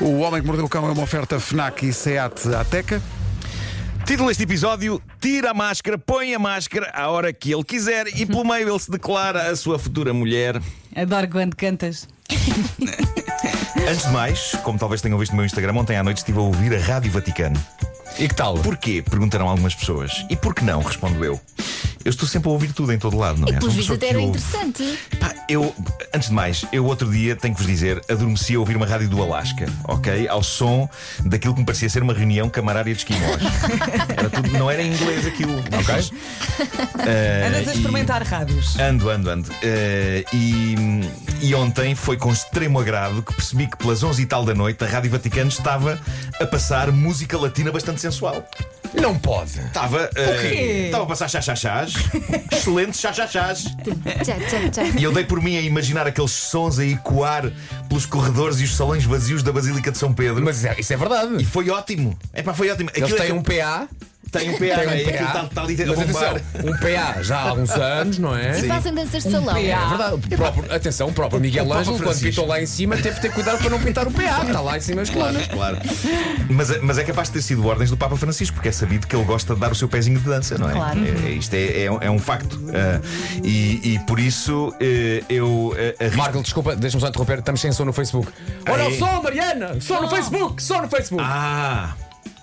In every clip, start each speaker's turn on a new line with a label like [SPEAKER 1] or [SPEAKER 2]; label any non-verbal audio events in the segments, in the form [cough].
[SPEAKER 1] O Homem que Mordeu o Cão é uma oferta FNAC e SEAT Ateca.
[SPEAKER 2] Título deste episódio: Tira a máscara, põe a máscara à hora que ele quiser e pelo meio ele se declara a sua futura mulher.
[SPEAKER 3] Adoro quando cantas.
[SPEAKER 2] Antes de mais, como talvez tenham visto no meu Instagram, ontem à noite estive a ouvir a Rádio Vaticano.
[SPEAKER 4] E que tal?
[SPEAKER 2] Porquê? Perguntaram algumas pessoas. E por que não? Respondo eu. Eu estou sempre a ouvir tudo em todo lado, não é?
[SPEAKER 5] E
[SPEAKER 2] Sou
[SPEAKER 5] pelos
[SPEAKER 2] uma pessoa
[SPEAKER 5] vistos até
[SPEAKER 2] que
[SPEAKER 5] era
[SPEAKER 2] ouve.
[SPEAKER 5] interessante.
[SPEAKER 2] Pá, eu, antes de mais, eu outro dia, tenho que vos dizer, adormeci a ouvir uma rádio do Alasca, ok? Ao som daquilo que me parecia ser uma reunião camarária de
[SPEAKER 5] [laughs]
[SPEAKER 2] esquimós. Era tudo, não era em inglês aquilo, eh, ok?
[SPEAKER 3] Andas a experimentar rádios.
[SPEAKER 2] Ando, ando, ando. Eh, e, e ontem foi com extremo agrado que percebi que pelas 11 e tal da noite a Rádio Vaticano estava a passar música latina bastante sensual.
[SPEAKER 4] Não pode.
[SPEAKER 2] Estava,
[SPEAKER 3] quê?
[SPEAKER 2] eh, estava a passar
[SPEAKER 4] [laughs]
[SPEAKER 2] chachachás, excelentes chachachás.
[SPEAKER 5] Tchá, tchá, tchá.
[SPEAKER 2] E eu dei por mim a imaginar aqueles sons a ecoar pelos corredores e os salões vazios da Basílica de São Pedro.
[SPEAKER 4] Mas é- isso é verdade.
[SPEAKER 2] E foi ótimo. É pá, foi ótimo.
[SPEAKER 4] Eles
[SPEAKER 2] Aquilo é
[SPEAKER 4] têm
[SPEAKER 2] que-
[SPEAKER 4] um PA.
[SPEAKER 2] tem um PA,
[SPEAKER 4] [laughs] têm
[SPEAKER 2] né?
[SPEAKER 4] um
[SPEAKER 2] Aquilo
[SPEAKER 4] PA.
[SPEAKER 2] está está ali a
[SPEAKER 4] mas atenção,
[SPEAKER 2] bombar.
[SPEAKER 4] um PA já há alguns anos, não é?
[SPEAKER 5] E fazem danças de salão.
[SPEAKER 4] É verdade. O próprio- atenção, o próprio Miguel Ângelo, quando
[SPEAKER 2] Francisco.
[SPEAKER 4] pintou lá em cima, teve de ter cuidado para não pintar o PA. Está lá em cima as
[SPEAKER 2] Claro,
[SPEAKER 4] colunas.
[SPEAKER 3] [laughs]
[SPEAKER 2] claro. Mas, mas é capaz de ter sido ordens do Papa Francisco, porque é sabido que ele gosta de dar o seu pezinho de dança, não é?
[SPEAKER 3] Claro. Uhum.
[SPEAKER 2] É- é- isto é, é um, é um facto. Ah, e, e por isso eh, eu eh, arrisco.
[SPEAKER 4] Marco, desculpa, deixa-me só interromper, estamos sem som no Facebook. Olha o
[SPEAKER 2] Aí.
[SPEAKER 4] som, Mariana! Só no Facebook! Só no Facebook!
[SPEAKER 2] Ah!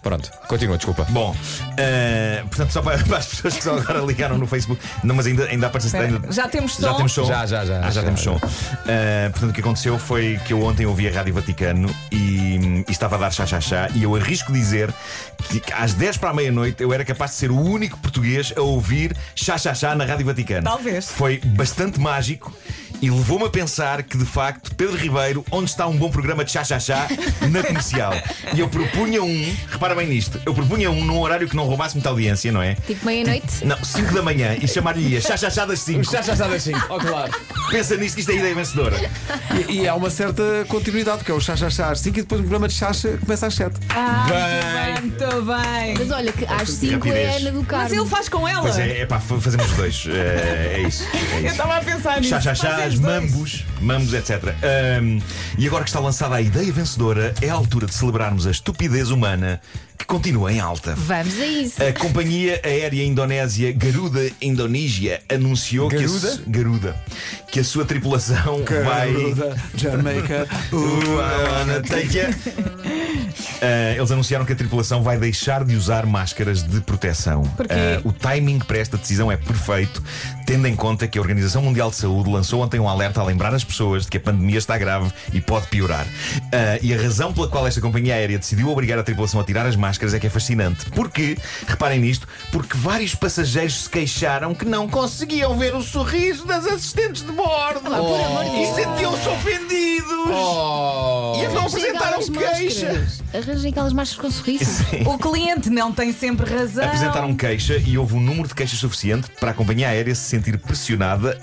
[SPEAKER 4] Pronto, continua, desculpa.
[SPEAKER 2] Bom, ah, portanto, só para, [laughs] para as pessoas que só agora ligaram no Facebook, não, mas ainda, ainda aparece.
[SPEAKER 3] Espera,
[SPEAKER 2] Ainda,
[SPEAKER 3] já temos
[SPEAKER 2] Já
[SPEAKER 3] som?
[SPEAKER 2] temos som?
[SPEAKER 4] Já, já, já,
[SPEAKER 2] Ah, já,
[SPEAKER 4] já.
[SPEAKER 2] temos som. Ah, portanto, o que aconteceu foi que eu ontem ouvi a Rádio Vaticano e, e estava a dar chá-chá-chá. E eu arrisco dizer que às 10 para a meia-noite eu era capaz de ser o único português a ouvir chá-chá-chá na Rádio Vaticano.
[SPEAKER 3] Talvez.
[SPEAKER 2] Foi bastante mágico. E levou-me a pensar que, de facto, Pedro Ribeiro, onde está um bom programa de chá-chá-chá na comercial? E eu propunha um, repara bem nisto, eu propunha um num horário que não roubasse muita audiência, não é?
[SPEAKER 5] Tipo meia-noite.
[SPEAKER 2] Não, 5 da manhã e chamar-lhe chá-chá-chá das 5.
[SPEAKER 4] Já já está [laughs] assim, ó claro.
[SPEAKER 2] Pensa nisso que isto é a ideia vencedora.
[SPEAKER 1] E, e há uma certa continuidade, que é o chá chá chá às 5 e depois o programa de chacha começa às 7.
[SPEAKER 3] Ah, muito bem, muito bem.
[SPEAKER 5] Mas olha que às 5 é a
[SPEAKER 2] Rapidez.
[SPEAKER 5] Ana do
[SPEAKER 3] Mas ele
[SPEAKER 5] Carmo.
[SPEAKER 3] faz com ela.
[SPEAKER 2] Pois é, é pá, fa- fazemos os dois. É, é isso. É
[SPEAKER 3] Eu
[SPEAKER 2] isso.
[SPEAKER 3] estava a pensar nisso.
[SPEAKER 2] Chá, chá, chá,
[SPEAKER 3] Fazem
[SPEAKER 2] as
[SPEAKER 3] os Então, dois.
[SPEAKER 2] mambos, mambos, etc. Ahm, e agora que está lançada a ideia vencedora, é a altura de celebrarmos a estupidez humana que continua em alta.
[SPEAKER 5] Vamos a isso.
[SPEAKER 2] A companhia aérea indonésia Garuda Indonésia anunciou que a,
[SPEAKER 4] Garuda?
[SPEAKER 2] su- Garuda, que a sua tripulação vai
[SPEAKER 1] Jamaica.
[SPEAKER 2] Uh, eles anunciaram que a tripulação vai deixar de usar máscaras de proteção.
[SPEAKER 3] Porquê?
[SPEAKER 2] Uh, o timing para esta decisão é perfeito, tendo em conta que a Organização Mundial de Saúde lançou ontem um alerta a lembrar as pessoas de que a pandemia está grave e pode piorar. Uh, e a razão pela qual esta companhia aérea decidiu obrigar a tripulação a tirar as máscaras é que é fascinante. Porque, reparem nisto, porque vários passageiros se queixaram que não conseguiam ver o sorriso das assistentes de bordo
[SPEAKER 5] Ah, por amor de
[SPEAKER 2] e
[SPEAKER 5] Deus.
[SPEAKER 2] sentiam-se ofendidos.
[SPEAKER 4] Oh.
[SPEAKER 2] E não apresentaram
[SPEAKER 5] Arranjem aquelas
[SPEAKER 2] queixa.
[SPEAKER 5] máscaras. Arranjem aquelas máscaras com sorriso.
[SPEAKER 3] O cliente não tem sempre razão.
[SPEAKER 2] Apresentaram
[SPEAKER 3] Então.
[SPEAKER 2] queixa e houve um número de queixas suficiente para a companhia aérea se sentir pressionada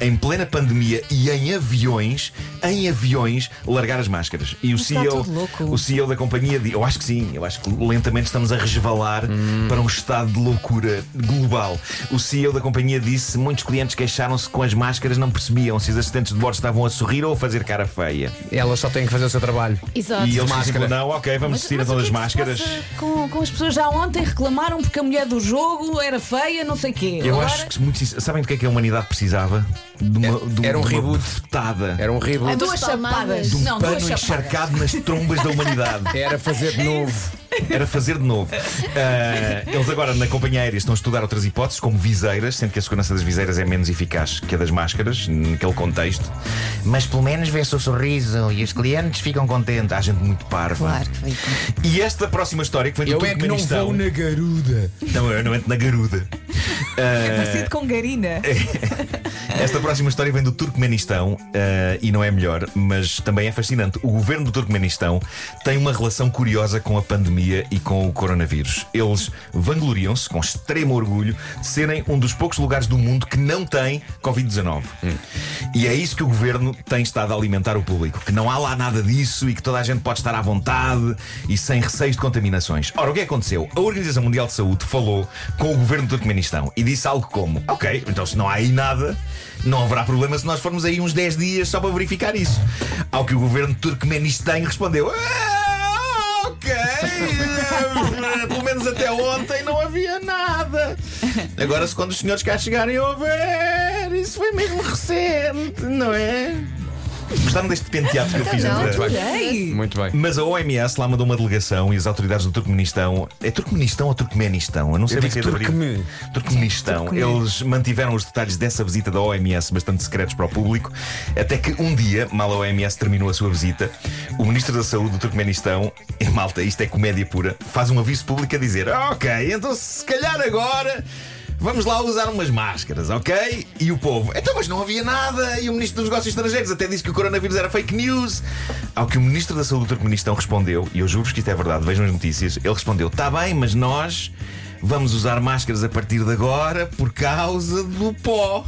[SPEAKER 2] a, em plena pandemia e em aviões, em aviões, largar as máscaras. E o
[SPEAKER 3] está
[SPEAKER 2] CEO,
[SPEAKER 3] tudo louco.
[SPEAKER 2] o CEO da companhia, di- eu acho que sim, eu acho que lentamente estamos a resvalar para um estado de loucura global. O CEO da companhia disse: muitos clientes queixaram-se com as máscaras, não percebiam se os assistentes de bordo estavam a sorrir ou a fazer cara feia.
[SPEAKER 4] Elas só têm que fazer o seu trabalho.
[SPEAKER 5] Exato.
[SPEAKER 2] e eles
[SPEAKER 4] máscara.
[SPEAKER 2] disseram: não, ok, vamos
[SPEAKER 5] Mas-
[SPEAKER 2] vestir
[SPEAKER 3] Ah, Mas
[SPEAKER 2] a
[SPEAKER 3] o
[SPEAKER 2] todas
[SPEAKER 3] que
[SPEAKER 2] as
[SPEAKER 3] é que se
[SPEAKER 2] máscaras.
[SPEAKER 3] passa Com, com as pessoas já ontem reclamaram porque a mulher do jogo era feia, não sei o quê.
[SPEAKER 2] Eu
[SPEAKER 3] Agora-
[SPEAKER 2] acho que muito sincer- sabem do que é que a humanidade precisava? De uma, de um-
[SPEAKER 4] Era um
[SPEAKER 2] de uma
[SPEAKER 4] reboot.
[SPEAKER 2] bufetada.
[SPEAKER 4] Era um
[SPEAKER 3] Ai,
[SPEAKER 4] reboot.
[SPEAKER 3] duas
[SPEAKER 5] palmadas.
[SPEAKER 3] chapadas.
[SPEAKER 5] De um
[SPEAKER 3] não, duas
[SPEAKER 2] Pano
[SPEAKER 3] chapadas.
[SPEAKER 2] encharcado nas trombas da humanidade. [laughs]
[SPEAKER 4] Era fazer
[SPEAKER 2] É
[SPEAKER 4] de novo.
[SPEAKER 2] Era fazer de novo. Ah, eles agora na companhia aérea estão a estudar outras hipóteses, como viseiras, sendo que a segurança das viseiras é menos eficaz que a das máscaras, naquele contexto. Mas pelo menos vê-se o sorriso e os clientes ficam contentes. Há gente muito parva.
[SPEAKER 5] Claro que fica.
[SPEAKER 2] E esta próxima história que vem do
[SPEAKER 4] Eu é que não
[SPEAKER 2] Turcomenistão.
[SPEAKER 4] vou na garuda.
[SPEAKER 2] Não, eu não entro na garuda.
[SPEAKER 3] É parecido com Garina.
[SPEAKER 2] É. Esta próxima história vem do Turcomenistão eh, e não é melhor, mas também é fascinante. O governo do Turcomenistão tem uma relação curiosa com a pandemia pandemia e com o coronavírus. Eles vangloriam-se, com extremo orgulho, de serem um dos poucos lugares do mundo que não tem Covid-19. E é isso que o governo tem estado a alimentar o público: que não há lá nada disso e que toda a gente pode estar à vontade e sem receios de contaminações. Ora, o que é que aconteceu? A Organização Mundial de Saúde falou com o governo do Turkmenistão e disse algo como: Ok, então se não há aí nada, não haverá problema se nós formos aí uns 10 dias só para verificar isso. Ao que o governo turkmenistão respondeu: "Ah, Ok, [laughs] eh, pelo menos até ontem não havia nada. Agora, se quando os senhores cá chegarem, houver, isso foi mesmo recente, não é? Gostaram deste penteado que eu fiz?
[SPEAKER 5] Não,
[SPEAKER 2] entre- É
[SPEAKER 3] Ei,
[SPEAKER 4] Muito bem.
[SPEAKER 2] mas a OMS lá mandou uma delegação e as autoridades do Turkmenistão. É Turkmenistão ou Turkmenistão? Eu não sei
[SPEAKER 4] Eu
[SPEAKER 2] bem
[SPEAKER 4] digo
[SPEAKER 2] se é de abrir.
[SPEAKER 4] Turkme-
[SPEAKER 2] Turkmenistão. Eles mantiveram os detalhes dessa visita da OMS bastante secretos para o público, até que um dia, mal a OMS terminou a sua visita, o Ministro da Saúde do Turkmenistão, [laughs] e malta, isto é comédia pura, faz um aviso público a dizer: Ok, então se calhar agora. Vamos lá usar umas máscaras, ok? E o povo, então, mas não havia nada. E o ministro dos Negócios Estrangeiros até disse que o coronavírus era fake news. Ao que o ministro da Saúde do Turkmenistão respondeu, e eu juro-vos que isto é verdade, vejam as notícias. Ele respondeu: tá bem, mas nós vamos usar máscaras a partir de agora por causa do pó.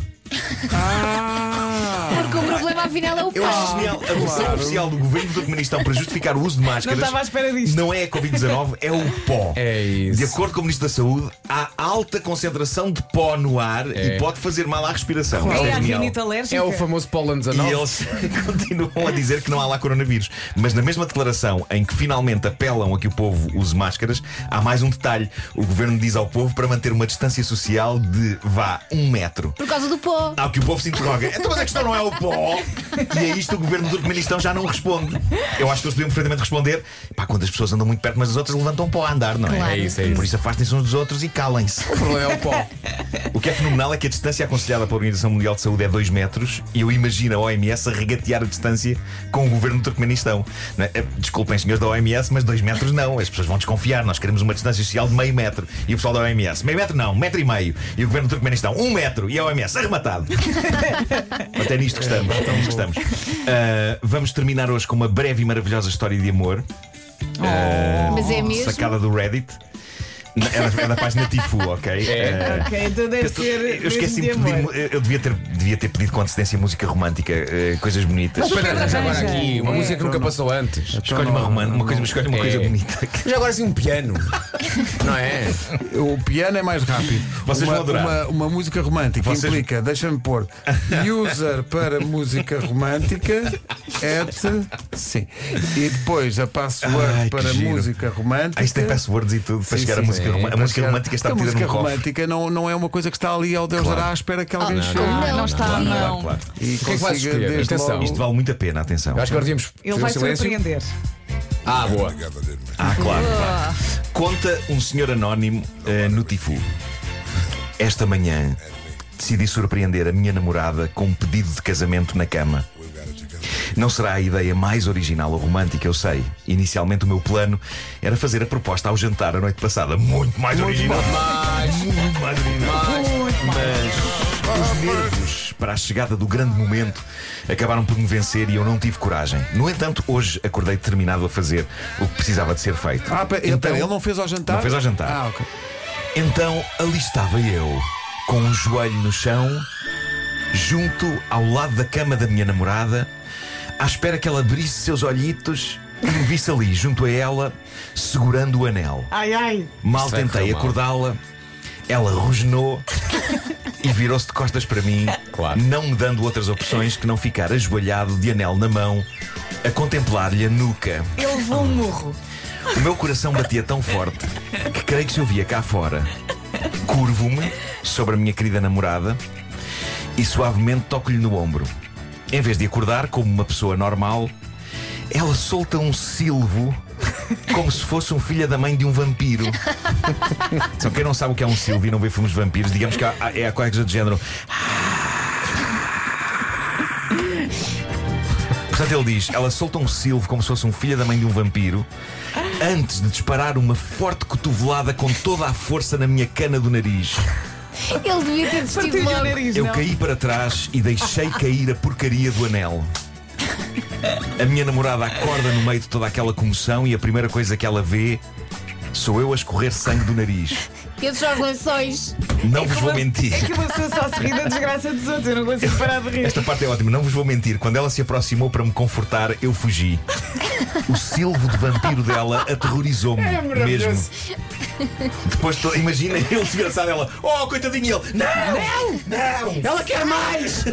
[SPEAKER 1] Ah!
[SPEAKER 5] Porque o problema afinal é o
[SPEAKER 2] Eu acho
[SPEAKER 5] pó.
[SPEAKER 2] genial. A versão oficial do governo do Turkmenistão para justificar o uso de
[SPEAKER 3] não
[SPEAKER 2] máscaras.
[SPEAKER 3] estava à espera disto.
[SPEAKER 2] Não é a Covid-19, é o pó.
[SPEAKER 4] É isso.
[SPEAKER 2] De acordo com o Ministro da Saúde, há alta concentração de pó no ar
[SPEAKER 4] É.
[SPEAKER 2] e pode fazer mal à respiração. Isto
[SPEAKER 3] é a
[SPEAKER 2] genial.
[SPEAKER 3] rinite alérgica.
[SPEAKER 4] É o famoso pólen
[SPEAKER 2] E
[SPEAKER 4] 19.
[SPEAKER 2] eles [laughs] continuam a dizer que não há lá coronavírus. Mas na mesma declaração em que finalmente apelam a que o povo use máscaras, há mais um detalhe. O governo diz ao povo para manter uma distância social de, vá, um metro.
[SPEAKER 5] Por causa do pó.
[SPEAKER 2] Ao que o povo se interroga, então mas a questão não é o pó? E a isto o governo do Turkmenistão já não responde. Eu acho que eles podiam perfeitamente responder: pá, quando as pessoas andam muito perto, mas as outras levantam pó a andar, não é?
[SPEAKER 5] Claro. É
[SPEAKER 4] isso, é isso.
[SPEAKER 2] Por isso afastem-se uns dos outros e calem-se.
[SPEAKER 4] O problema
[SPEAKER 2] [laughs]
[SPEAKER 4] é o pó.
[SPEAKER 2] O que é fenomenal é que a distância aconselhada pela Organização Mundial de Saúde é 2 metros e eu imagino a OMS a regatear a distância com o governo do Turkmenistão. Não é? Eh, Desculpem, senhores da OMS, mas 2 metros não. As pessoas vão desconfiar. Nós queremos uma distância social de meio metro. E o pessoal da OMS, meio metro não, metro e meio. E o governo do Turkmenistão, um metro. E a OMS, arrematado. Até nisto que estamos. até nisto que estamos. Ah, vamos terminar hoje com uma breve e maravilhosa história de amor. Ah,
[SPEAKER 5] Oh. Mas é mesmo?
[SPEAKER 2] Sacada do Reddit. Na- É da página Tifu, ok?
[SPEAKER 5] É.
[SPEAKER 2] Ah,
[SPEAKER 3] Ok, então deve
[SPEAKER 2] eu,
[SPEAKER 3] ser.
[SPEAKER 2] eu esqueci de
[SPEAKER 3] mesmo
[SPEAKER 2] pedir.
[SPEAKER 3] amor.
[SPEAKER 2] mu- Eu devia ter, devia ter pedido com antecedência música romântica, eh, coisas bonitas.
[SPEAKER 3] Mas-
[SPEAKER 4] Espera, arranja agora aqui.
[SPEAKER 3] É.
[SPEAKER 4] Uma música que nunca passou antes.
[SPEAKER 2] Escolhe uma romântica, uma coisa, escolhe uma coisa
[SPEAKER 4] É.
[SPEAKER 2] bonita. [laughs]
[SPEAKER 4] Mas agora sim um piano. Não é?
[SPEAKER 1] O piano é mais rápido.
[SPEAKER 2] Vocês
[SPEAKER 1] uma,
[SPEAKER 2] vão adorar.
[SPEAKER 1] Uma, uma música romântica
[SPEAKER 2] Vocês-
[SPEAKER 1] implica, deixa-me pôr, user para música romântica, at, sim. E depois a password
[SPEAKER 2] Ai, que
[SPEAKER 1] para
[SPEAKER 2] giro.
[SPEAKER 1] música romântica.
[SPEAKER 2] Ah, isto tem passwords e tudo
[SPEAKER 1] Então?
[SPEAKER 2] para
[SPEAKER 1] Sim,
[SPEAKER 2] chegar à
[SPEAKER 1] sim, sim,
[SPEAKER 2] música romântica. A
[SPEAKER 1] para
[SPEAKER 2] música
[SPEAKER 1] chegar-
[SPEAKER 2] romântica está
[SPEAKER 1] Porque
[SPEAKER 2] metida
[SPEAKER 1] A Então, música
[SPEAKER 2] num cofre.
[SPEAKER 1] romântica não, não é uma coisa que está ali ao Deus dará à espera que alguém chegue.
[SPEAKER 5] não.
[SPEAKER 3] Não está,
[SPEAKER 2] Claro,
[SPEAKER 3] não.
[SPEAKER 2] Ah, claro, claro.
[SPEAKER 1] E
[SPEAKER 4] Ah, que é que vais
[SPEAKER 1] consiga
[SPEAKER 4] escolher?
[SPEAKER 1] desde
[SPEAKER 4] Atenção.
[SPEAKER 1] logo-
[SPEAKER 2] Isto vale muito a pena, atenção.
[SPEAKER 4] Eu acho que agora devíamos.
[SPEAKER 3] Ele
[SPEAKER 4] fazer
[SPEAKER 3] vai
[SPEAKER 4] um silêncio.
[SPEAKER 3] surpreender.
[SPEAKER 4] Ah, boa.
[SPEAKER 2] Ah, claro, claro. Conta um senhor anónimo eh, no Tifu. Esta manhã decidi surpreender a minha namorada com um pedido de casamento na cama. Não será a ideia mais original ou romântica, eu sei. Inicialmente o meu plano era fazer a proposta ao jantar a noite passada. Muito mais original.
[SPEAKER 4] Mais.
[SPEAKER 2] Muito mais original. Mas os nervos para a chegada do grande momento acabaram por me vencer e eu não tive coragem. No entanto, hoje acordei determinado a fazer o que precisava de ser feito.
[SPEAKER 1] Ah, pera, então, ele não fez ao jantar?
[SPEAKER 2] Não fez ao jantar.
[SPEAKER 1] Ah, ok.
[SPEAKER 2] Então ali estava eu, com um joelho no chão, junto ao lado da cama da minha namorada, à espera que ela abrisse seus olhitos e me visse ali, junto a ela, segurando o anel.
[SPEAKER 3] Ai, ai.
[SPEAKER 2] Mal
[SPEAKER 4] vai correr
[SPEAKER 2] tentei
[SPEAKER 4] é mal.
[SPEAKER 2] acordá-la, ela rosnou e virou-se de costas para mim,
[SPEAKER 4] Claro.
[SPEAKER 2] não me dando outras opções que não ficar ajoelhado de anel na mão, a contemplar-lhe a nuca.
[SPEAKER 3] Ele levou um murro.
[SPEAKER 2] O meu coração batia tão forte que creio que se ouvia cá fora. Curvo-me sobre a minha querida namorada e suavemente toco-lhe no ombro. Em vez de acordar como uma pessoa normal, ela solta um silvo como se fosse um filho da mãe de um vampiro. Só quem não sabe o que é um silvo e não vê filmes de vampiros, digamos que há- há- é a qualquer coisa do género. Portanto, ele diz: ela solta um silvo como se fosse um filho da mãe de um vampiro, antes de disparar uma forte cotovelada com toda a força na minha cana do nariz.
[SPEAKER 5] Ele devia ter desistido
[SPEAKER 3] Partiu-lhe o
[SPEAKER 5] logo.
[SPEAKER 3] nariz,
[SPEAKER 2] Eu
[SPEAKER 3] não.
[SPEAKER 2] caí para trás e deixei cair a porcaria do anel. A minha namorada acorda no meio de toda aquela comoção e a primeira coisa que ela vê Sou eu a escorrer sangue do nariz.
[SPEAKER 5] Esses órgãos.
[SPEAKER 2] Não vos vou mentir.
[SPEAKER 6] É que uma pessoa só se ri da desgraça dos outros. Eu não consigo parar de rir.
[SPEAKER 2] Esta parte é ótima, não vos vou mentir. Quando ela se aproximou para me confortar, eu fugi. O silvo de vampiro dela aterrorizou-me mesmo. Depois, to- imagina [laughs] ele desgraçado, ela, oh coitadinho, e ele, não, não,
[SPEAKER 4] Ela quer mais!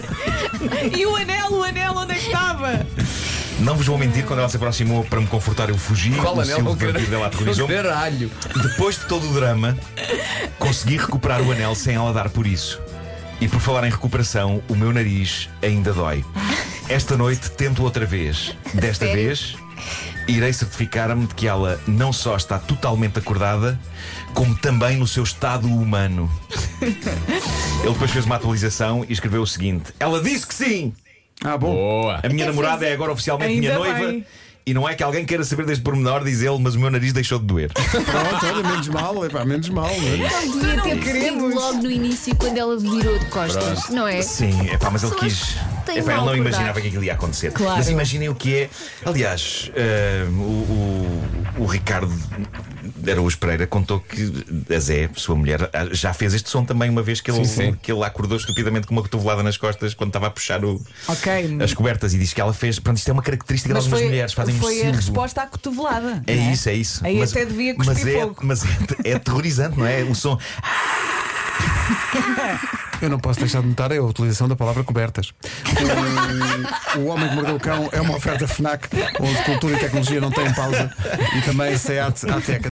[SPEAKER 6] E o anel, o anel, onde é que estava?
[SPEAKER 2] não vos vou mentir. Quando ela se aproximou para me confortar, eu fugi.
[SPEAKER 4] Qual
[SPEAKER 2] o
[SPEAKER 4] anel
[SPEAKER 2] silvo
[SPEAKER 4] não
[SPEAKER 2] de vampiro dela
[SPEAKER 4] [laughs]
[SPEAKER 2] aterrorizou-me.
[SPEAKER 4] Caralho!
[SPEAKER 2] Depois de todo o drama, consegui recuperar o anel sem ela dar por isso. E por falar em recuperação, o meu nariz ainda dói. Esta noite tento outra vez. Desta
[SPEAKER 5] Sério?
[SPEAKER 2] vez, irei certificar-me de que ela não só está totalmente acordada, como também no seu estado humano. Ele depois fez uma atualização e escreveu o seguinte: Ela disse que sim!
[SPEAKER 1] Ah, bom.
[SPEAKER 4] Boa!
[SPEAKER 2] A minha namorada é agora oficialmente minha
[SPEAKER 6] Ainda
[SPEAKER 2] noiva.
[SPEAKER 6] bem.
[SPEAKER 2] E não é que alguém queira saber deste pormenor, diz ele, mas o meu nariz deixou de doer.
[SPEAKER 1] Pronto, olha, menos mal, epá, menos mal. é?
[SPEAKER 2] É
[SPEAKER 1] olha.
[SPEAKER 5] Não devia ter percebido
[SPEAKER 6] queremos.
[SPEAKER 5] logo no início quando ela virou de costas, não é?
[SPEAKER 2] Sim, é pá, mas ele
[SPEAKER 5] Pessoas
[SPEAKER 2] quis. Epá,
[SPEAKER 5] têm
[SPEAKER 2] ele
[SPEAKER 5] mal
[SPEAKER 2] não
[SPEAKER 5] acordado.
[SPEAKER 2] imaginava que aquilo ia acontecer.
[SPEAKER 3] Claro.
[SPEAKER 2] Mas imaginem o que é. Aliás, eh, o, o, o Ricardo Araújo Pereira contou que a Zé, sua mulher, ah, já fez este som também uma vez que ele,
[SPEAKER 4] sim.
[SPEAKER 2] Que ele acordou estupidamente com uma cotovelada nas costas quando estava a puxar o-
[SPEAKER 6] Ok.
[SPEAKER 2] as cobertas e disse que ela fez. Pronto, isto é uma característica de algumas mulheres, fazem um
[SPEAKER 6] foi a
[SPEAKER 2] símbolo.
[SPEAKER 6] resposta à cotovelada.
[SPEAKER 2] É
[SPEAKER 6] não
[SPEAKER 2] isso, é isso.
[SPEAKER 6] Aí até devia cuspir
[SPEAKER 2] mas é,
[SPEAKER 6] fogo.
[SPEAKER 2] Mas é, é aterrorizante, não é?
[SPEAKER 6] [laughs]
[SPEAKER 2] O som.
[SPEAKER 1] Eu não posso deixar de notar a utilização da palavra
[SPEAKER 2] [laughs]
[SPEAKER 1] cobertas. O, o Homem que Mordeu o Cão é uma oferta FNAC, onde cultura e tecnologia não têm pausa, e também SEAT Ateca.